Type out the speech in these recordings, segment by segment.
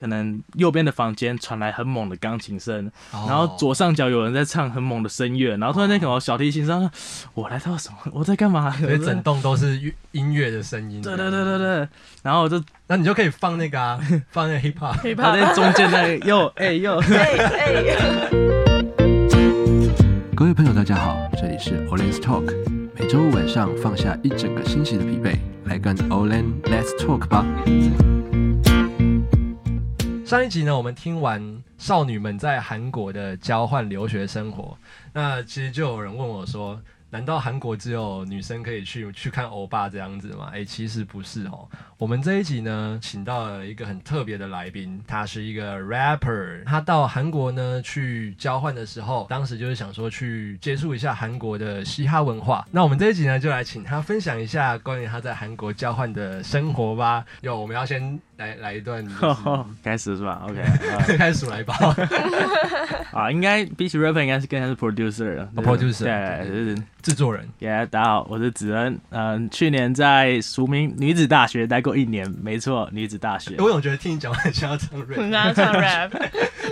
可能右边的房间传来很猛的钢琴声，哦然后左上角有人在唱很猛的声乐，然后突然间可能小提琴上，我来到什么？我在干嘛？所以整栋都是乐音乐的声音。对对对对对，然后我就那你就可以放那 个啊，放那 hip hop。可以他？吧在中间那 又哎又，哎哎，各位朋友，大家好，这里是 Olen's Talk，每周五晚上放下一整个星期的疲惫，来跟 Olen Let's Talk 吧。上一集呢，我们听完少女们在韩国的交换留学生活，那其实就有人问我说：“难道韩国只有女生可以去去看欧巴这样子吗？”诶，其实不是哦。我们这一集呢，请到了一个很特别的来宾，他是一个 rapper，他到韩国呢去交换的时候，当时就是想说去接触一下韩国的嘻哈文化。那我们这一集呢，就来请他分享一下关于他在韩国交换的生活吧。有，我们要先来来一 段、就是 开始是吧？OK 啊开始 来吧。啊，应该比起 rapper 应该是更像是 producer 了哦，producer，对，就是制作人，耶大家好，我是子恩，嗯、去年在俗名女子大学待过一年，没错，女子大学欸、 我总觉得听你讲话很像要唱 rap， 很爱唱 rap，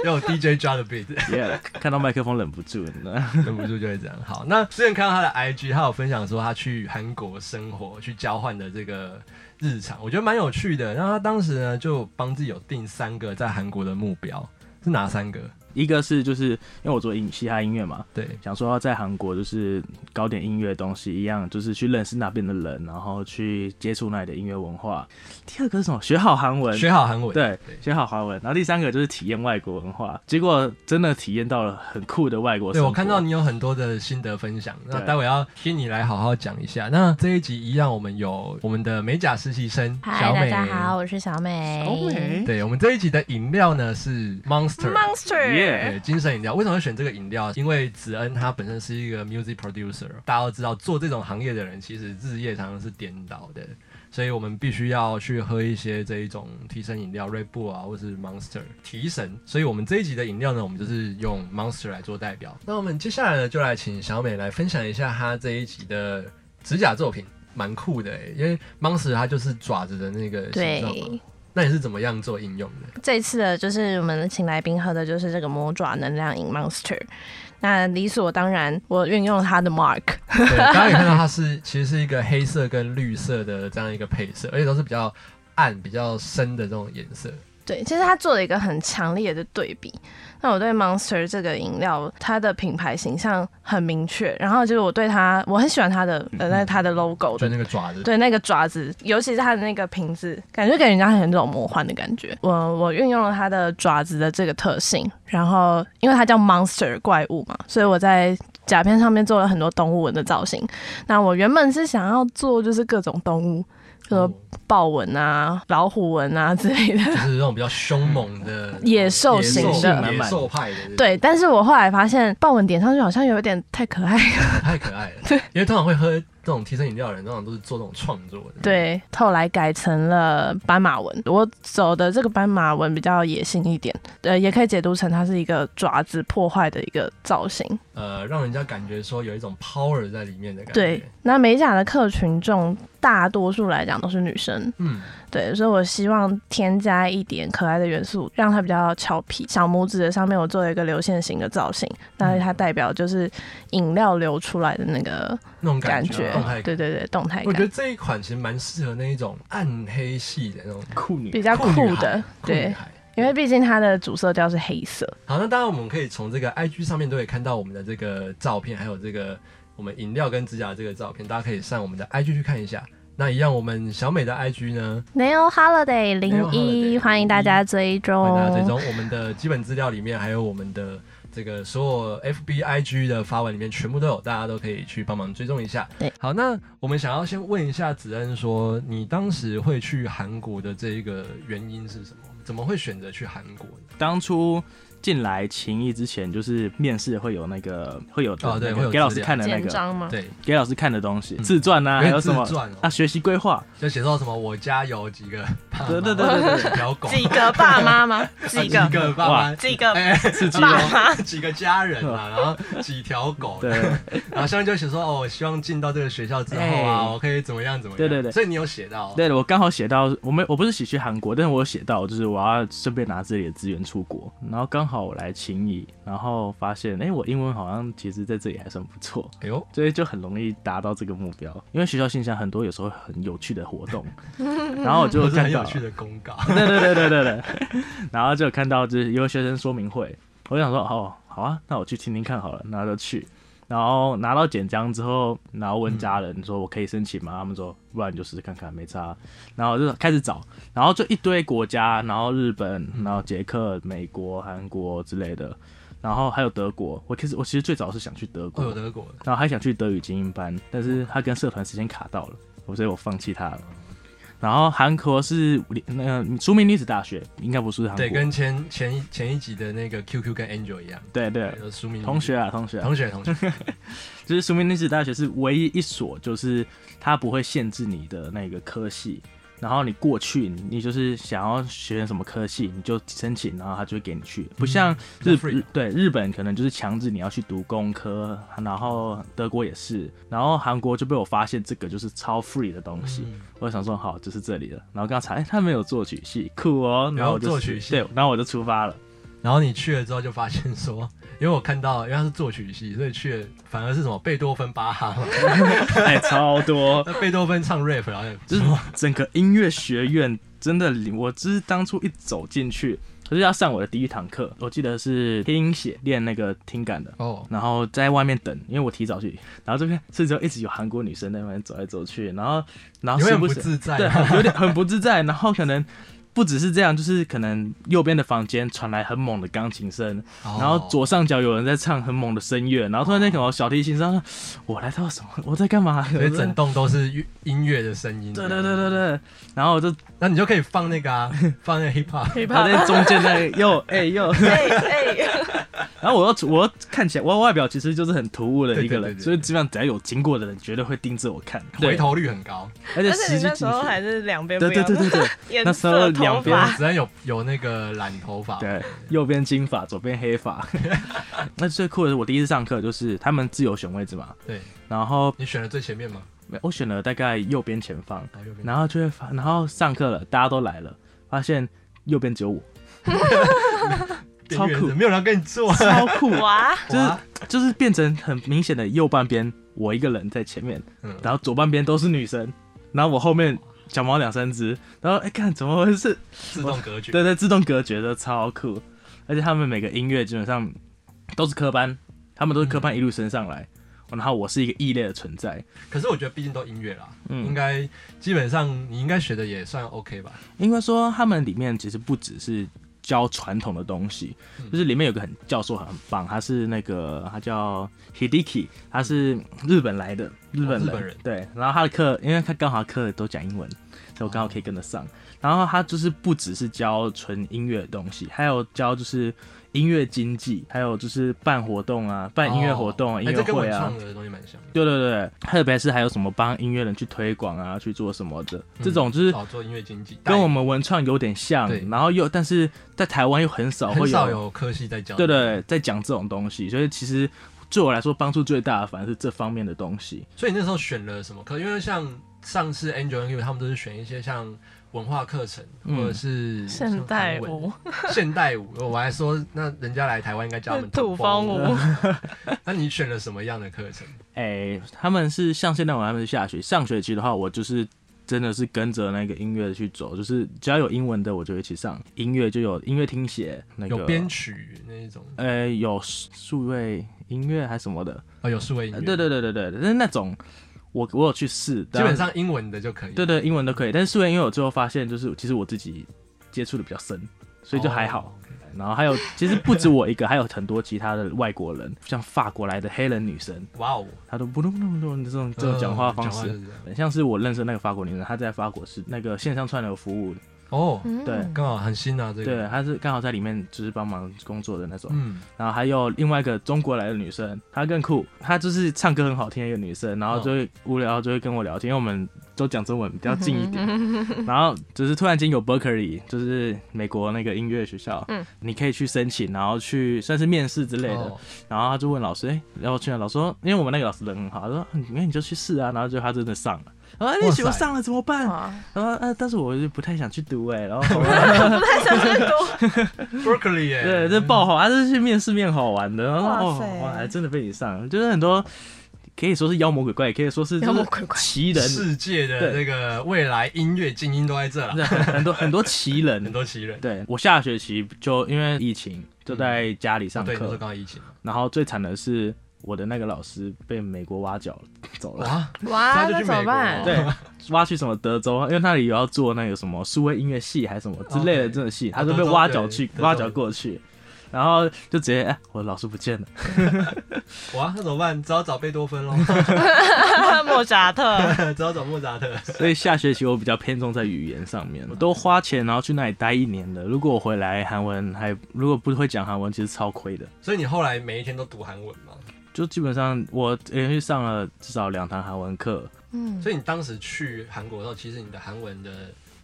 要有 DJ 抓的 beat，耶看到麦克风忍不住，你知道吗忍不住就会这样。 好，那之前看到他的 IG，他有分享说他去韩国生活、去交换的这个日常，我觉得蛮有趣的。然后他当时呢，就帮自己有定三个在韩国的目标，是哪三个？一个是就是因为我做音嘻哈音乐嘛，对，想说要在韩国就是搞点音乐东西一样，就是去认识那边的人，然后去接触那里的音乐文化。第二个是什么？学好韩文，学好韩文。对，学好韩文。然后第三个就是体验外国文化，结果真的体验到了很酷的外国对，生活。我看到你有很多的心得分享，那对待会要听你来好好讲一下。那这一集一样，我们有我们的美甲实习生 嗨，小大美，家好，我是小美。欧美，对我们这一集的饮料呢是 Monster。 Monster，对，精神饮料为什么会选这个饮料？因为子恩他本身是一个 music producer，大家都知道做这种行业的人其实日夜常常是颠倒的，所以我们必须要去喝一些这一种提神饮料，瑞布啊，或是 Monster 提神。所以我们这一集的饮料呢，我们就是用 Monster 来做代表。那我们接下来呢，就来请小美来分享一下她这一集的指甲作品。蛮酷的欸因为 monster 它就是爪子的那个形状嘛对，那你是怎么样做应用的？ 这一次的就是我们请来宾喝的就是这个魔爪能量饮 Monster。那理所当然，我运用了它的 mark，对，刚刚也看到它是其实是一个黑色跟绿色的这样一个配色，而且都是比较暗、比较深的这种颜色。对，其实它做了一个很强烈的对比。那我对 Monster 这个饮料，它的品牌形象很明确，然后就是我对它，我很喜欢它的呃，那它的 logo 就的那个爪子，对那个爪子，尤其是它的那个瓶子，感觉给人家很有那种魔幻的感觉。我我运用了它的爪子的这个特性，然后因为它叫 monster 怪物嘛，所以我在甲片上面做了很多动物纹的造型。那我原本是想要做就是各种动物，比如哦说豹纹啊、老虎纹啊之类的。就是那种比较凶猛的野兽型的野兽派的，对，但是我后来发现豹纹点上去好像有一点太可爱了。太可 爱了。对，因为通常会喝这种提神饮料的人，通常都是做这种创作的。，对，后来改成了斑马纹。我走的这个斑马纹比较野性一点，呃，也可以解读成它是一个爪子破坏的一个造型。呃，让人家感觉说有一种 power 在里面的感觉。对，，那美甲的客群众大多数来讲都是女生，嗯，对，所以我希望添加一点可爱的元素，让它比较俏皮。小拇指的上面我做了一个流线型的造型，那它代表就是饮料流出来的那个那种感觉， 觉，动态感。对对对，动态我觉感得这一款其实蛮适合那一种暗黑系的那种酷女比较酷女酷孩的，酷女对。孩。因为毕竟它的主色调是黑色，好，那当然我们可以从这个 IG 上面都可以看到我们的这个照片，还有这个我们饮料跟指甲的这个照片，大家可以上我们的 IG 去看一下。那一样，我们小美的 IG 呢， Nail Holiday 零 Nail 一 Holiday，，欢迎大家追欢踪。迎大家追踪我们的基本资料里面，还有我们的这个所有 FB、IG 的发文里面全部都有，大家都可以去帮忙追踪一下。对，好，那我们想要先问一下子恩说，你当时会去韩国的这一个原因是什么？怎么会选择去韩国呢？当初进来情谊之前，就是面试会有那个会有哦对那个会有给老师资料看的那简个章吗？对，给老师看的东西，嗯自传啊啊，还因为有自什么传哦啊，学习规划，就写到什么我家有几个爸妈，对对对对几条狗，几个爸妈吗？几啊个几个爸妈，哇几个哎， 刺激爸哦。妈？几个家人啊，然后几条狗，啊对，然后上面就写说哦，我希望进到这个学校之后啊，哎我可以怎么样怎么样，对对对所以你有写到，哦对，我刚好写到，我没我不是写去韩国，但是我有写到，就是我我要顺便拿这里的资源出国，然后刚好我来秦怡，然后发现哎、诶我英文好像其实在这里还算不错，哎呦，所以就很容易达到这个目标。因为学校信箱很多有时候很有趣的活动， 然后我就这是看很到有趣的公告。 对对对对对对。然后就有看到就是有学生说明会，我就想说哦，好啊，那我去听听看好了，然后就去。然后拿到简章之后，然后问家人说：“我可以申请吗？”他们说：“不然你就试试看看，没差。”然后我就开始找，然后就一堆国家，然后日本，然后捷克、美国、韩国之类的，然后还有德国。我其实我其实最早是想去德哦，国，有德国，然后还想去德语精英班，但是他跟社团时间卡到了，我所以我放弃他了。然后韩国是呃那个著名女子大学，应该不是韩国。对，跟前前一前一集的那个 QQ 跟 Angel 一样，对对有书名同学啊，同学啊，同 学同学，就是苏明女子大学是唯一一所，就是它不会限制你的那个科系。然后你过去，你就是想要学什么科系，你就申请，然后他就会给你去。不像比较日、嗯 free 日对日本可能就是强制你要去读工科，然后德国也是，然后韩国就被我发现这个就是超 free 的东西。嗯我想说好，就是这里了。然后刚才哎，他们有作曲系，酷哦。然后我就作曲系对，然后我就出发了。然后你去了之后就发现说，因为我看到，因为他是作曲系，所以去了反而是什么贝多芬、巴哈嘛，哎，超 多。那贝多芬唱 rap，然后就是整个音乐学院真的，我就是当初一走进去，就是要上我的第一堂课，我记得是听写练那个听感的。哦，然后在外面等，因为我提早去，然后这边甚至一直有韩国女生在那边走来走去，然后然后你时会很啊不不时自在啊对，吗，很有点很不自在。然后可能不只是这样，就是可能右边的房间传来很猛的钢琴声，哦然后左上角有人在唱很猛的声乐，然后突然间可能小提琴上，我来到什么？我在干嘛？所以整栋都是乐音乐的声音，对对对对对，然后我就那你就可以放那 个啊，放那个 hip hop，可以他吧？在中间那个又哎又，哎 哎，然后我又我又看起来我外表其实就是很突兀的一个对对对人，对所以基本上只要有经过的人，绝对会盯着我看，对回，头率很高，而且而且实你际那时进候还去，是两边对不对要对对 对，那颜时候色两头边发只能有有那个染头发，啊对，右边金发，左边黑发。 那最酷的是我第一次上课就是他们自由选位置嘛，对，然后你选了最前面吗？我选了大概右边前方，然后右边然后就会发，然后上课了，大家都来了，发现右边只有我，超边缘酷人没有人要跟 你做，超酷， 哇，就是哇就是变成很明显的右半边我一个人在前面，嗯然后左半边都是女生，然后我后面小猫两三只，然后哎看、怎么回事？自动隔绝，对对，自动隔绝的超酷，而且他们每个音乐基本上都是科班，他们都是科班一路升上来，然后我是一个异类的存在，可是我觉得毕竟都音乐啦，嗯应该基本上你应该学的也算 OK 吧？应该说他们里面其实不只是。教传统的东西，嗯就是里面有个很教授很棒，他是那个他叫 Hideki，他是日本来的日本人，哦日本人对。然后他的课，因为他刚好课都讲英文，所以我刚好可以跟得上。然后他就是不只是教纯音乐的东西，还有教就是音乐经济，还有就是办活动啊，办音乐活动、啊，哎音乐这跟我会啊创。的东西蛮像的。对对对，特别是还有什么帮音乐人去推广啊，去做什么嗯的，这种就是少做音乐经济，跟我们文创有点像对，然后又但是在台湾又很少但会很少有科系在教，对，对，在讲这种东西，所以其实对我来说帮助最大的反而是这方面的东西。所以你那时候选了什么课？因为像上次 Angel and You 他们都是选一些像文化课程嗯或者是像现代韩文舞、 现代舞，我还说那人家来台湾应该教他们土风舞。 舞，那你选了什么样的课程？哎、他们是像现在我他们是下学，上学期的话，我就是真的是跟着那个音乐去走，就是只要有英文的我就一起上，音乐就有音乐听写，那个有编，曲那一种，呃，有数位音乐还什么的，哦，有数位音呃乐，对，对对对对，但是那种我我有去试，基本但上英文的就可以。对对，英文都可以。但是数学因为我最后发现，就是其实我自己接触的比较深，所以就还好。哦然后还有，其实不止我一个，还有很多其他的外国人，像法国来的黑人女生，哇哦，她都不那么多这种这种讲话方式，嗯就是这样很像是我认识的那个法国女生，她在法国是那个线上串流服务，哦，嗯对刚好很新啊，这个，对，她是刚好在里面就是帮忙工作的那种。嗯，然后还有另外一个中国来的女生，她更酷，她就是唱歌很好听的一个女生，然后就会无聊就会跟我聊天，因为我们都讲中文比较近一点。 然后就是突然间有 Berkeley，就是美国那个音乐学校，嗯你可以去申请，然后去算是面试之类的。哦然后他就问老师，哎、然后去哪？老师说，因为我们那个老师人很好，他说，嗯那你就去试啊。然后就他真的上了，啊，那学哇塞上了怎么办？哇，然后呃，但是我就不太想去读哎、然后不太想去读， Berkeley 耶、对，这爆好，他就是去面试面好玩的，然后哇哦塞哇，还真的被你上了，就是很多可以说是妖魔鬼怪，也可以说是妖就魔是鬼怪奇人，世界的这个未来音乐精英都在这了，对很多很多奇啊很人。多奇人。对我下学期就因为疫情就在家里哦上对，你说课，刚刚疫情然后最惨的是我的那个老师被美国挖角了走了。哇，哇，他就那去怎么美国办？对，挖去什么德州，啊因为那里有要做那个什么数位音乐系还是什么之类的 OK 这种系，哦他就被德州挖角去对挖德角州过去，然后就直接哎，我的老师不见了，哇，那怎么办？只好找贝多芬喽， 莫扎特， 只好找莫扎特。所以下学期我比较偏重在语言上面，我都花钱然后去那里待一年了，如果我回来韩文还如果不会讲韩文，其实超亏的。所以你后来每一天都读韩文嘛？就基本上我连续上了至少两堂韩文课，嗯，所以你当时去韩国的时候，其实你的韩文的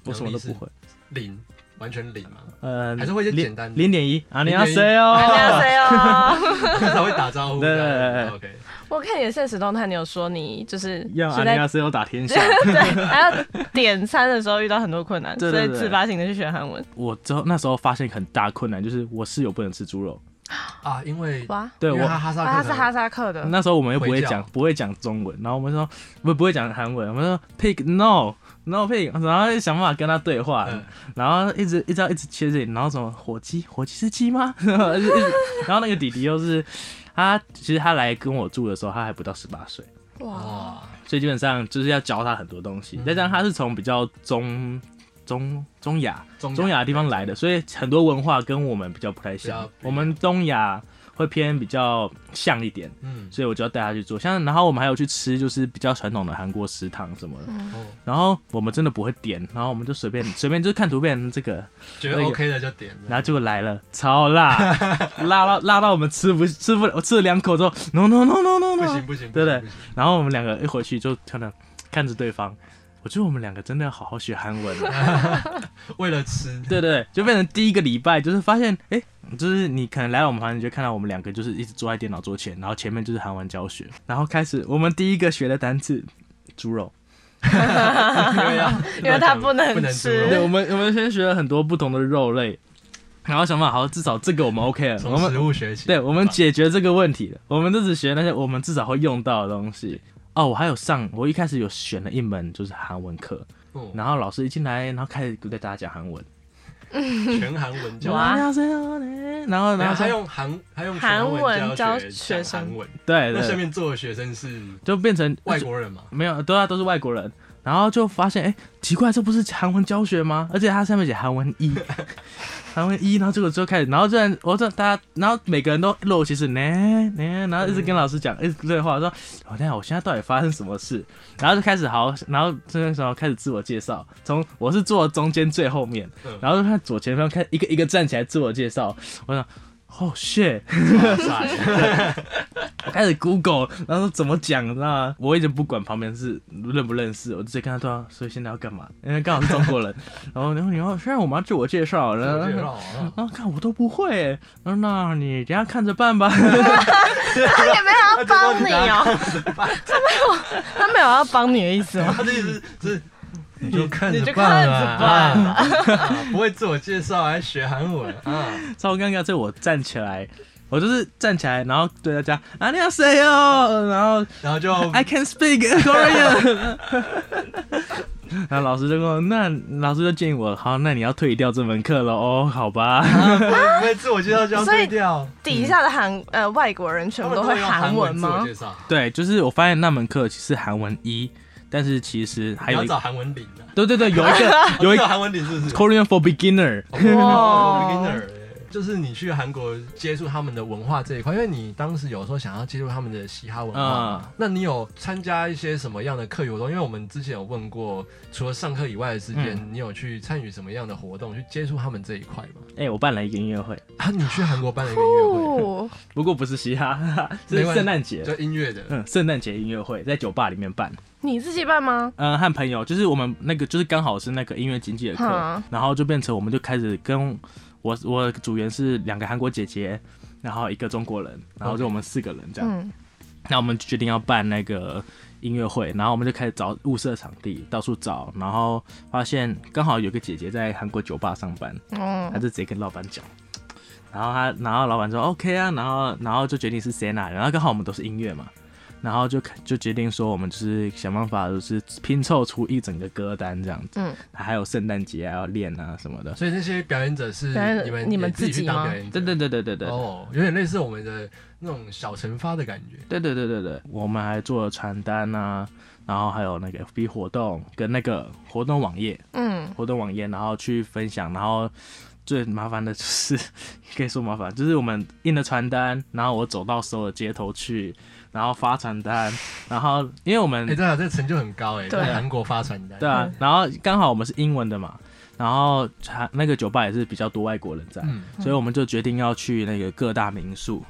我什么都不能力会，是零，完全零 嘛，呃，还是会一些零简单的零点一，啊，你要0.1谁 안녕 哦？ 세요 才会打招呼。对对这对样 OK， 我看你的现实动态，你有说你就是要是啊，你在要谁哦打天下。 对，还要点餐的时候遇到很多困难，对对所对以自发性的去学韩文。我之后那时候发现很大困难，就是我室友不能吃猪肉，啊，因为哇，对因为我他哈萨克啊他人，是哈萨克的，那时候我们又不会呃回教讲不会讲中文，然后我们说不不会讲韩文，我们说 pig no no pig，然后就想办法跟他对话，嗯然后一直一直要一直切这里，然后什么火鸡火鸡是鸡吗？ 然后一直一直然后那个弟弟又是他，其实他来跟我住的时候他还不到十八岁，哇，哇，所以基本上就是要教他很多东嗯西，再加上他是从比较中中中亚中中亚的地方来的，所以很多文化跟我们比较不太比较像不一。样我们东亚会偏比较像一点，嗯，所以我就要带他去做。像然后我们还有去吃，就是比较传统的韩国食堂什么的。哦，然后我们真的不会点，然后我们就随便 随便就看图片这个，觉得那个 OK 的就点。然后结果来了，超 辣，辣到辣到我们吃不吃不了，我吃了两口之后，no no no no no 不 no，行不行，对不对不行？然后我们两个一回去就看到看着对方，我觉得我们两个真的要好好学韩文了。啊不行为了吃， 对对对，就变成第一个礼拜，就是发现，哎、就是你可能来我们房间，你就看到我们两个就是一直坐在电脑桌前，然后前面就是韩文教学，然后开始我们第一个学的单词猪肉。因为要 因为他不能不能吃猪对，肉 我们我们先学了很多不同的肉类，然后想办法，好，至少这个我们 OK 了，我从们食物学起。对我们解决这个问题了，我们都只学那些我们至少会用到的东西。哦，我还有上，我一开始有选了一门就是韩文课，嗯，然后老师一进来，然后开始对大家讲韩文，哎全韩文就教哇 안녕하세요 네然后然然后后他说用韩，他用韩全文教教学学讲生韩文，对那对下，面坐的学生是就变成外国 人嘛？没有，对啊，都是外国人。然后就发现，哎、奇怪，这不是韩文教学吗？而且它上面写韩文一， 韩文一，然后结果就开始，然后居然我这大家，然后每个人都露其实呢呢，然后一直跟老师讲，一直对话，说，我、哦、等一下我现在到底发生什么事？ 然后就开始好，然后这个时候开始自我介绍，从我是坐中间最后面嗯，然后就看左前方，开始一个一个站起来自我介绍，我想。哦、shit！ 哇塞我开始 Google，然后说怎么讲，你知道吗？我已经不管旁边是认不认识，我直接跟他对啊，所以现在要干嘛？因为刚好是中国 人，然后然后你要，虽然我们要自我介绍，然我觉得后好啊啊，看我都不会耶，然后那你等一下看着办吧。他也没有要帮你哦，他没有要帮你的意思吗？他的意思是，你就看你就办看着办啊，啊不会自我介绍还学韩文啊？超尴尬，这我站起来，我就是站起来，然后对大家啊你要谁哦，然后然后就 I can speak Korean 。然后老师就跟我，那老师就建议我，好，那你要退掉这门课了哦，好吧。不会自我介绍就要所以对调， 底下的韩呃外国人全他部们都会用韩文文自我吗？介绍，对，就是我发现那门课其实韩文一，但是其实还你有要一找个，韩文领的，对对对，有一 个有一找个韩文领是不是？ Korean for beginner，哦哇 beginner，就是你去韩国接触他们的文化这一块，因为你当时有时候想要接触他们的嘻哈文化嘛，那你有参加一些什么样的课余活动？因为我们之前有问过，除了上课以外的时间，你有去参与什么样的活动去接触他们这一块吗？哎、我办了一个音乐会，啊，你去韩国办了一个音 乐会，哦，不过不是嘻哈，哈 哈没是关系圣诞节，就音乐的，嗯，圣诞节音乐会在酒吧里面办，你自己办吗？嗯，和朋友，就是我们那个就是刚好是那个音乐经济的课，嗯然后就变成我们就开始跟我我组员是两个韩国姐姐，然后一个中国人，然后就我们四个人这样，嗯，那我们就决定要办那个音乐会，然后我们就开始找物色场地，到处找，然后发现刚好有个姐姐在韩国酒吧上班，他嗯，就直接跟老板讲，然后他，然后老板说 OK 啊，然后然后就决定是 Sena，然后刚好我们都是音乐嘛，然后就就决定说我们就是想办法就是拼凑出一整个歌单这样子，嗯，还有圣诞节啊要练啊什么的，所以那些表演者是表演者你们你们也自己自去己当吗表演者，对对对对对对。哦，有点类似我们的那种小惩罚的感觉。对对对对对，我们还做了传单啊，然后还有那个 FB 活动跟那个活动网页，嗯，活动网页，然后去分享，然后最麻烦的就是 可以说麻烦，就是我们印了传单，然后我走到所有的街头去，然后发传单，然后因为我们哎，对啊，这成就很高哎，对啊在韩国发传单。对啊嗯，然后刚好我们是英文的嘛，然后他那个酒吧也是比较多外国人在，嗯，所以我们就决定要去那个各大民宿。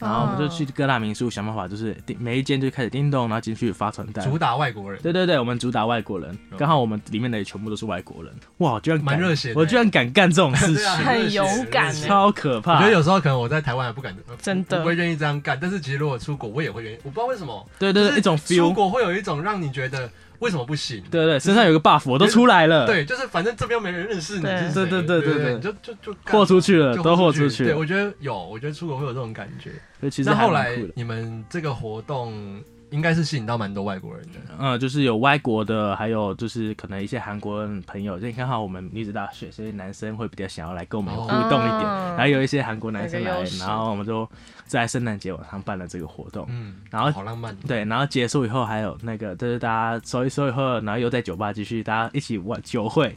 然哦后我们就去各大民宿想办法，就是叮每一间就开始叮咚，然后进去发传单，主打外国人，对对对，我们主打外国人，嗯刚好我们里面的也全部都是外国人。哇，我居然敢蛮热血的我居然敢干这种事对啊情，很勇敢很热血超可我怕觉得。有时候可能我在台湾还不敢，呃真不的会愿意这样干。但是其实如果出国，我也会愿意。我不知道为什么，对对就对，是一种出 feel，国会有一种让你觉得为什么不行？对对，身上有个 buff，我都出来了，，对，就是反正这边又没人认识你对是谁，对对对对对对你就就就干豁出去了，就都豁出出去对，了。我觉得有，我觉得出国会有这种感觉。所以其实那还后蛮来酷的。你们这个活动应该是吸引到蛮多外国人的。嗯，就是有外国的，还有就是可能一些韩国人朋友，因为刚好我们女子大学，所以男生会比较想要来跟我们互动一点。哦然后有一些韩国男生有个来优，势然后我们就在圣诞节晚上办了这个活动。嗯，然后好浪漫。对，然后结束以后还有那个，就是大家收一收以后，然后又在酒吧继续大家一起玩酒会，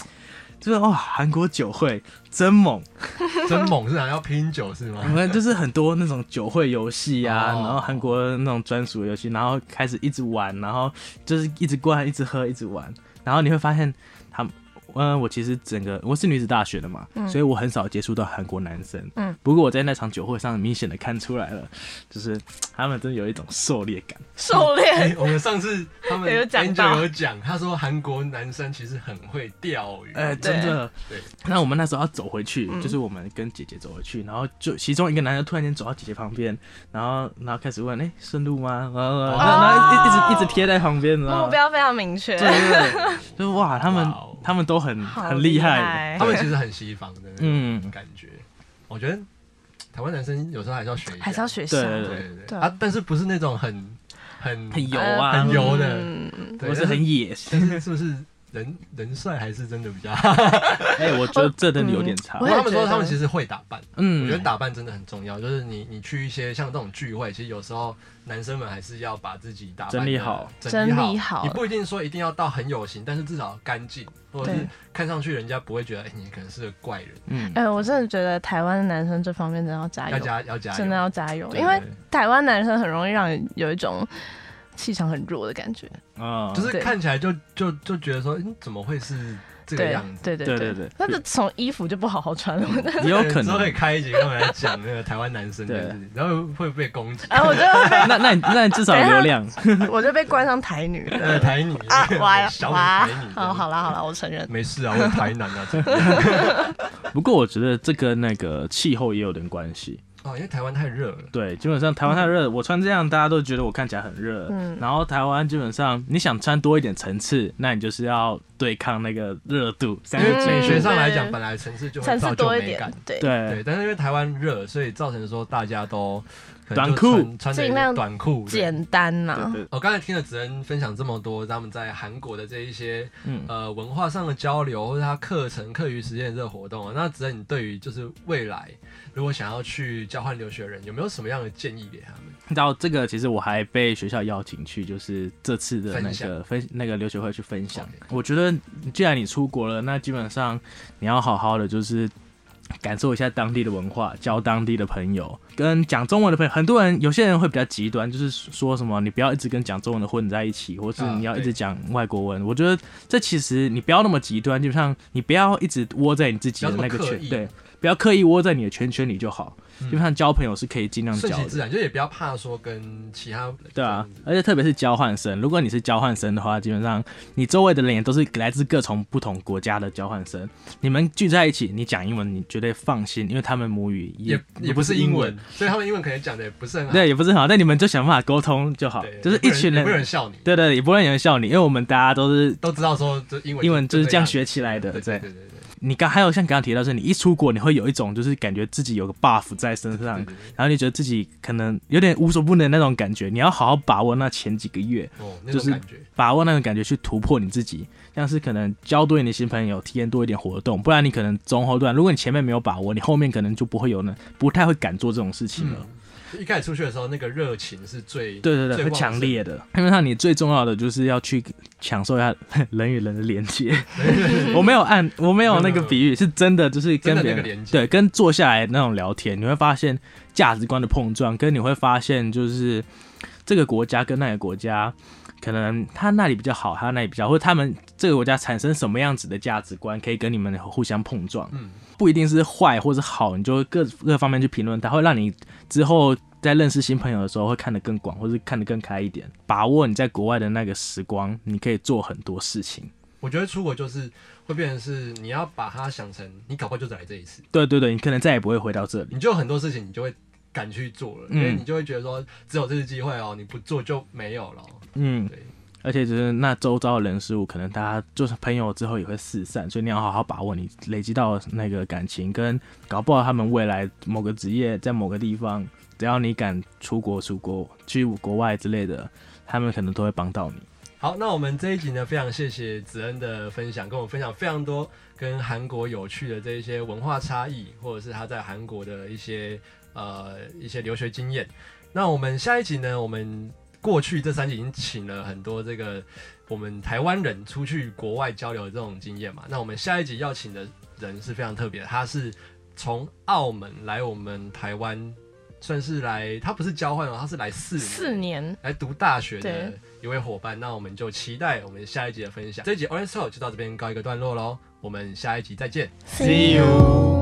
就是哇，韩国酒会真猛，真猛是想啊要拼酒是我吗？们就是很多那种酒会游戏啊，哦然后韩国那种专属游戏，然后开始一直玩，然后就是一直灌，一直喝，一直玩，然后你会发现他们。嗯，我其实整个我是女子大学的嘛，所以我很少接触到韩国男生。嗯，不过我在那场酒会上明显的看出来了，就是他们真的有一种狩猎感。狩猎哎，我们上次他们有讲到 Angel 有讲，他说韩国男生其实很会钓鱼。哎、真的。对，那我们那时候要走回去，嗯就是我们跟姐姐走回去，然后就其中一个男的突然间走到姐姐旁边，然后然后开始问：“哎、顺路吗？”然后然后然后一一直一直贴在旁边，你知道目吗？标非常明确对，对对，就是哇，他们哇哦他们都很好很厉害，害他们其实很西方的那种嗯，感觉。我觉得台湾男生有时候还是要学一下，还是要学习对对对对对对啊，但是不是那种很很很油啊，很油的嗯对我是很野，但是是不是人人帅还是真的比较好？ 哎、我觉得这真的有点差我，也他们觉说得他们其实会打扮，我嗯，觉得打扮真的很重要。就是你你去一些像这种聚会，其实有时候男生们还是要把自己打扮得整理好，整理整理好你不一定说一定要到很有型，但是至少干净，或者是对看上去人家不会觉得哎、你可能是个怪人。嗯，哎、我真的觉得台湾的男生这方面真的要加要油，加要加油，哎真的要加油，对因为对台湾男生很容易让人有一种气场很弱的感觉。啊、就是对看起来就就就觉得说，嗯，怎么会是这个对样子？对对对对对对那这从衣服就不好好穿了。 也有可 之后可以能。开一集跟我们来讲那个台湾男生 的对事情，然后会被攻 击。然啊后我就那那你那你至少有流量，被我就被冠上 台女了呃，台女啊！哇 小女哇台女，，好好啦好啦，我承认。没事啊，我有台南啊，这个不过我觉得这跟那个气候也有点关系。 哦，因为台湾太热了，对，基本上台湾太热，我穿这样大家都觉得我看起来很热。嗯然后台湾基本上你想穿多一点层次，那你就是要对抗那个热度三因十为几。美学上来嗯讲，对本来层次 就会层造次就多一美点感，，对，对对，但是因为台湾热，所以造成说大家都可能短就裤穿穿着尽量短裤。对简单呐、对对我刚才听了子恩分享这么多他们在韩国的这一些嗯，呃文化上的交流，或者他课程、课余实践的这个活动啊，那子恩你对于就是未来如果想要去交换留学的人，有没有什么样的建议给他们？然后这个其实我还被学校邀请去，就是这次的那分个享分那个留学会去分享 OK。我觉得既然你出国了，那基本上你要好好的就是。感受一下当地的文化，交当地的朋友，跟讲中文的朋友，很多人有些人会比较极端，就是说什么你不要一直跟讲中文的混在一起，或是啊你要一直对讲外国文。我觉得这其实你不要那么极端，基本上你不要一直窝在你自己的那个不要这么圈刻，意嗯对，不要刻意窝在你的圈圈里就好。基本上交朋友是可以尽量交顺的其，自然，就也不要怕说跟其他人对啊这样子，而且特别是交换生，如果你是交换生的话，基本上你周围的人也都是来自各从不同国家的交换生，你们聚在一起，你讲英文，你绝对放心，因为他们母语也也不是英文，，所以他们英文可能讲的也不是很好。对，也不是很好，但你们就想办法沟通就好对，，就是一群也人不，会有人笑你，对对，也不会有人笑你，因为我们大家都是都知道说这英文英文就是这样样学起来的，对对对。对对对你刚还有像刚刚提到是，你一出国，你会有一种就是感觉自己有个 buff 在身上，对对然后你觉得自己可能有点无所不能那种感觉，你要好好把握那前几个月，哦，那就是种感觉，把握那种感觉去突破你自己，像是可能交多一点新朋友，体验多一点活动，不然你可能中后段，如果你前面没有把握，你后面可能就不会有呢，不太会敢做这种事情了。嗯，一开始出去的时候那个热情是最对对对，最很旺强盛烈的。因为上你最重要的就是要去享受一下人与人的连接。我没有按，我没有那个比喻，是真的，就是跟真的别那个人连接对跟坐下来那种聊天，你会发现价值观的碰撞，跟你会发现就是这个国家跟那个国家。可能他那里比较好，他那里比较好，或者他们这个国家产生什么样子的价值观，可以跟你们互相碰撞。嗯，不一定是坏或是好，你就各各方面去评论它，会让你之后在认识新朋友的时候会看得更广，或是看得更开一点。把握你在国外的那个时光，你可以做很多事情。我觉得出国就是会变成是你要把它想成你搞不好就只来这一次，对对对，你可能再也不会回到这里。你就很多事情你就会敢去做了，嗯因为你就会觉得说只有这次机会哦，你不做就没有了。嗯对，而且就是那周遭的人事物，可能大家就是朋友之后也会四散，所以你要好好把握你累积到的那个感情，跟搞不好他们未来某个职业在某个地方，只要你敢出国、出国去国外之类的，他们可能都会帮到你。好，那我们这一集呢，非常谢谢子恩的分享，跟我们分享非常多跟韩国有趣的这一些文化差异，或者是他在韩国的一些呃一些留学经验。那我们下一集呢，我们过去这三集已经请了很多这个我们台湾人出去国外交流的这种经验嘛。那我们下一集要请的人是非常特别的，他是从澳门来我们台湾，算是来他不是交换哦，他是来四年四年，来读大学的对一位伙伴，那我们就期待我们下一集的分享。这一集 Orange Talk 就到这边告一个段落喽，我们下一集再见。 See you。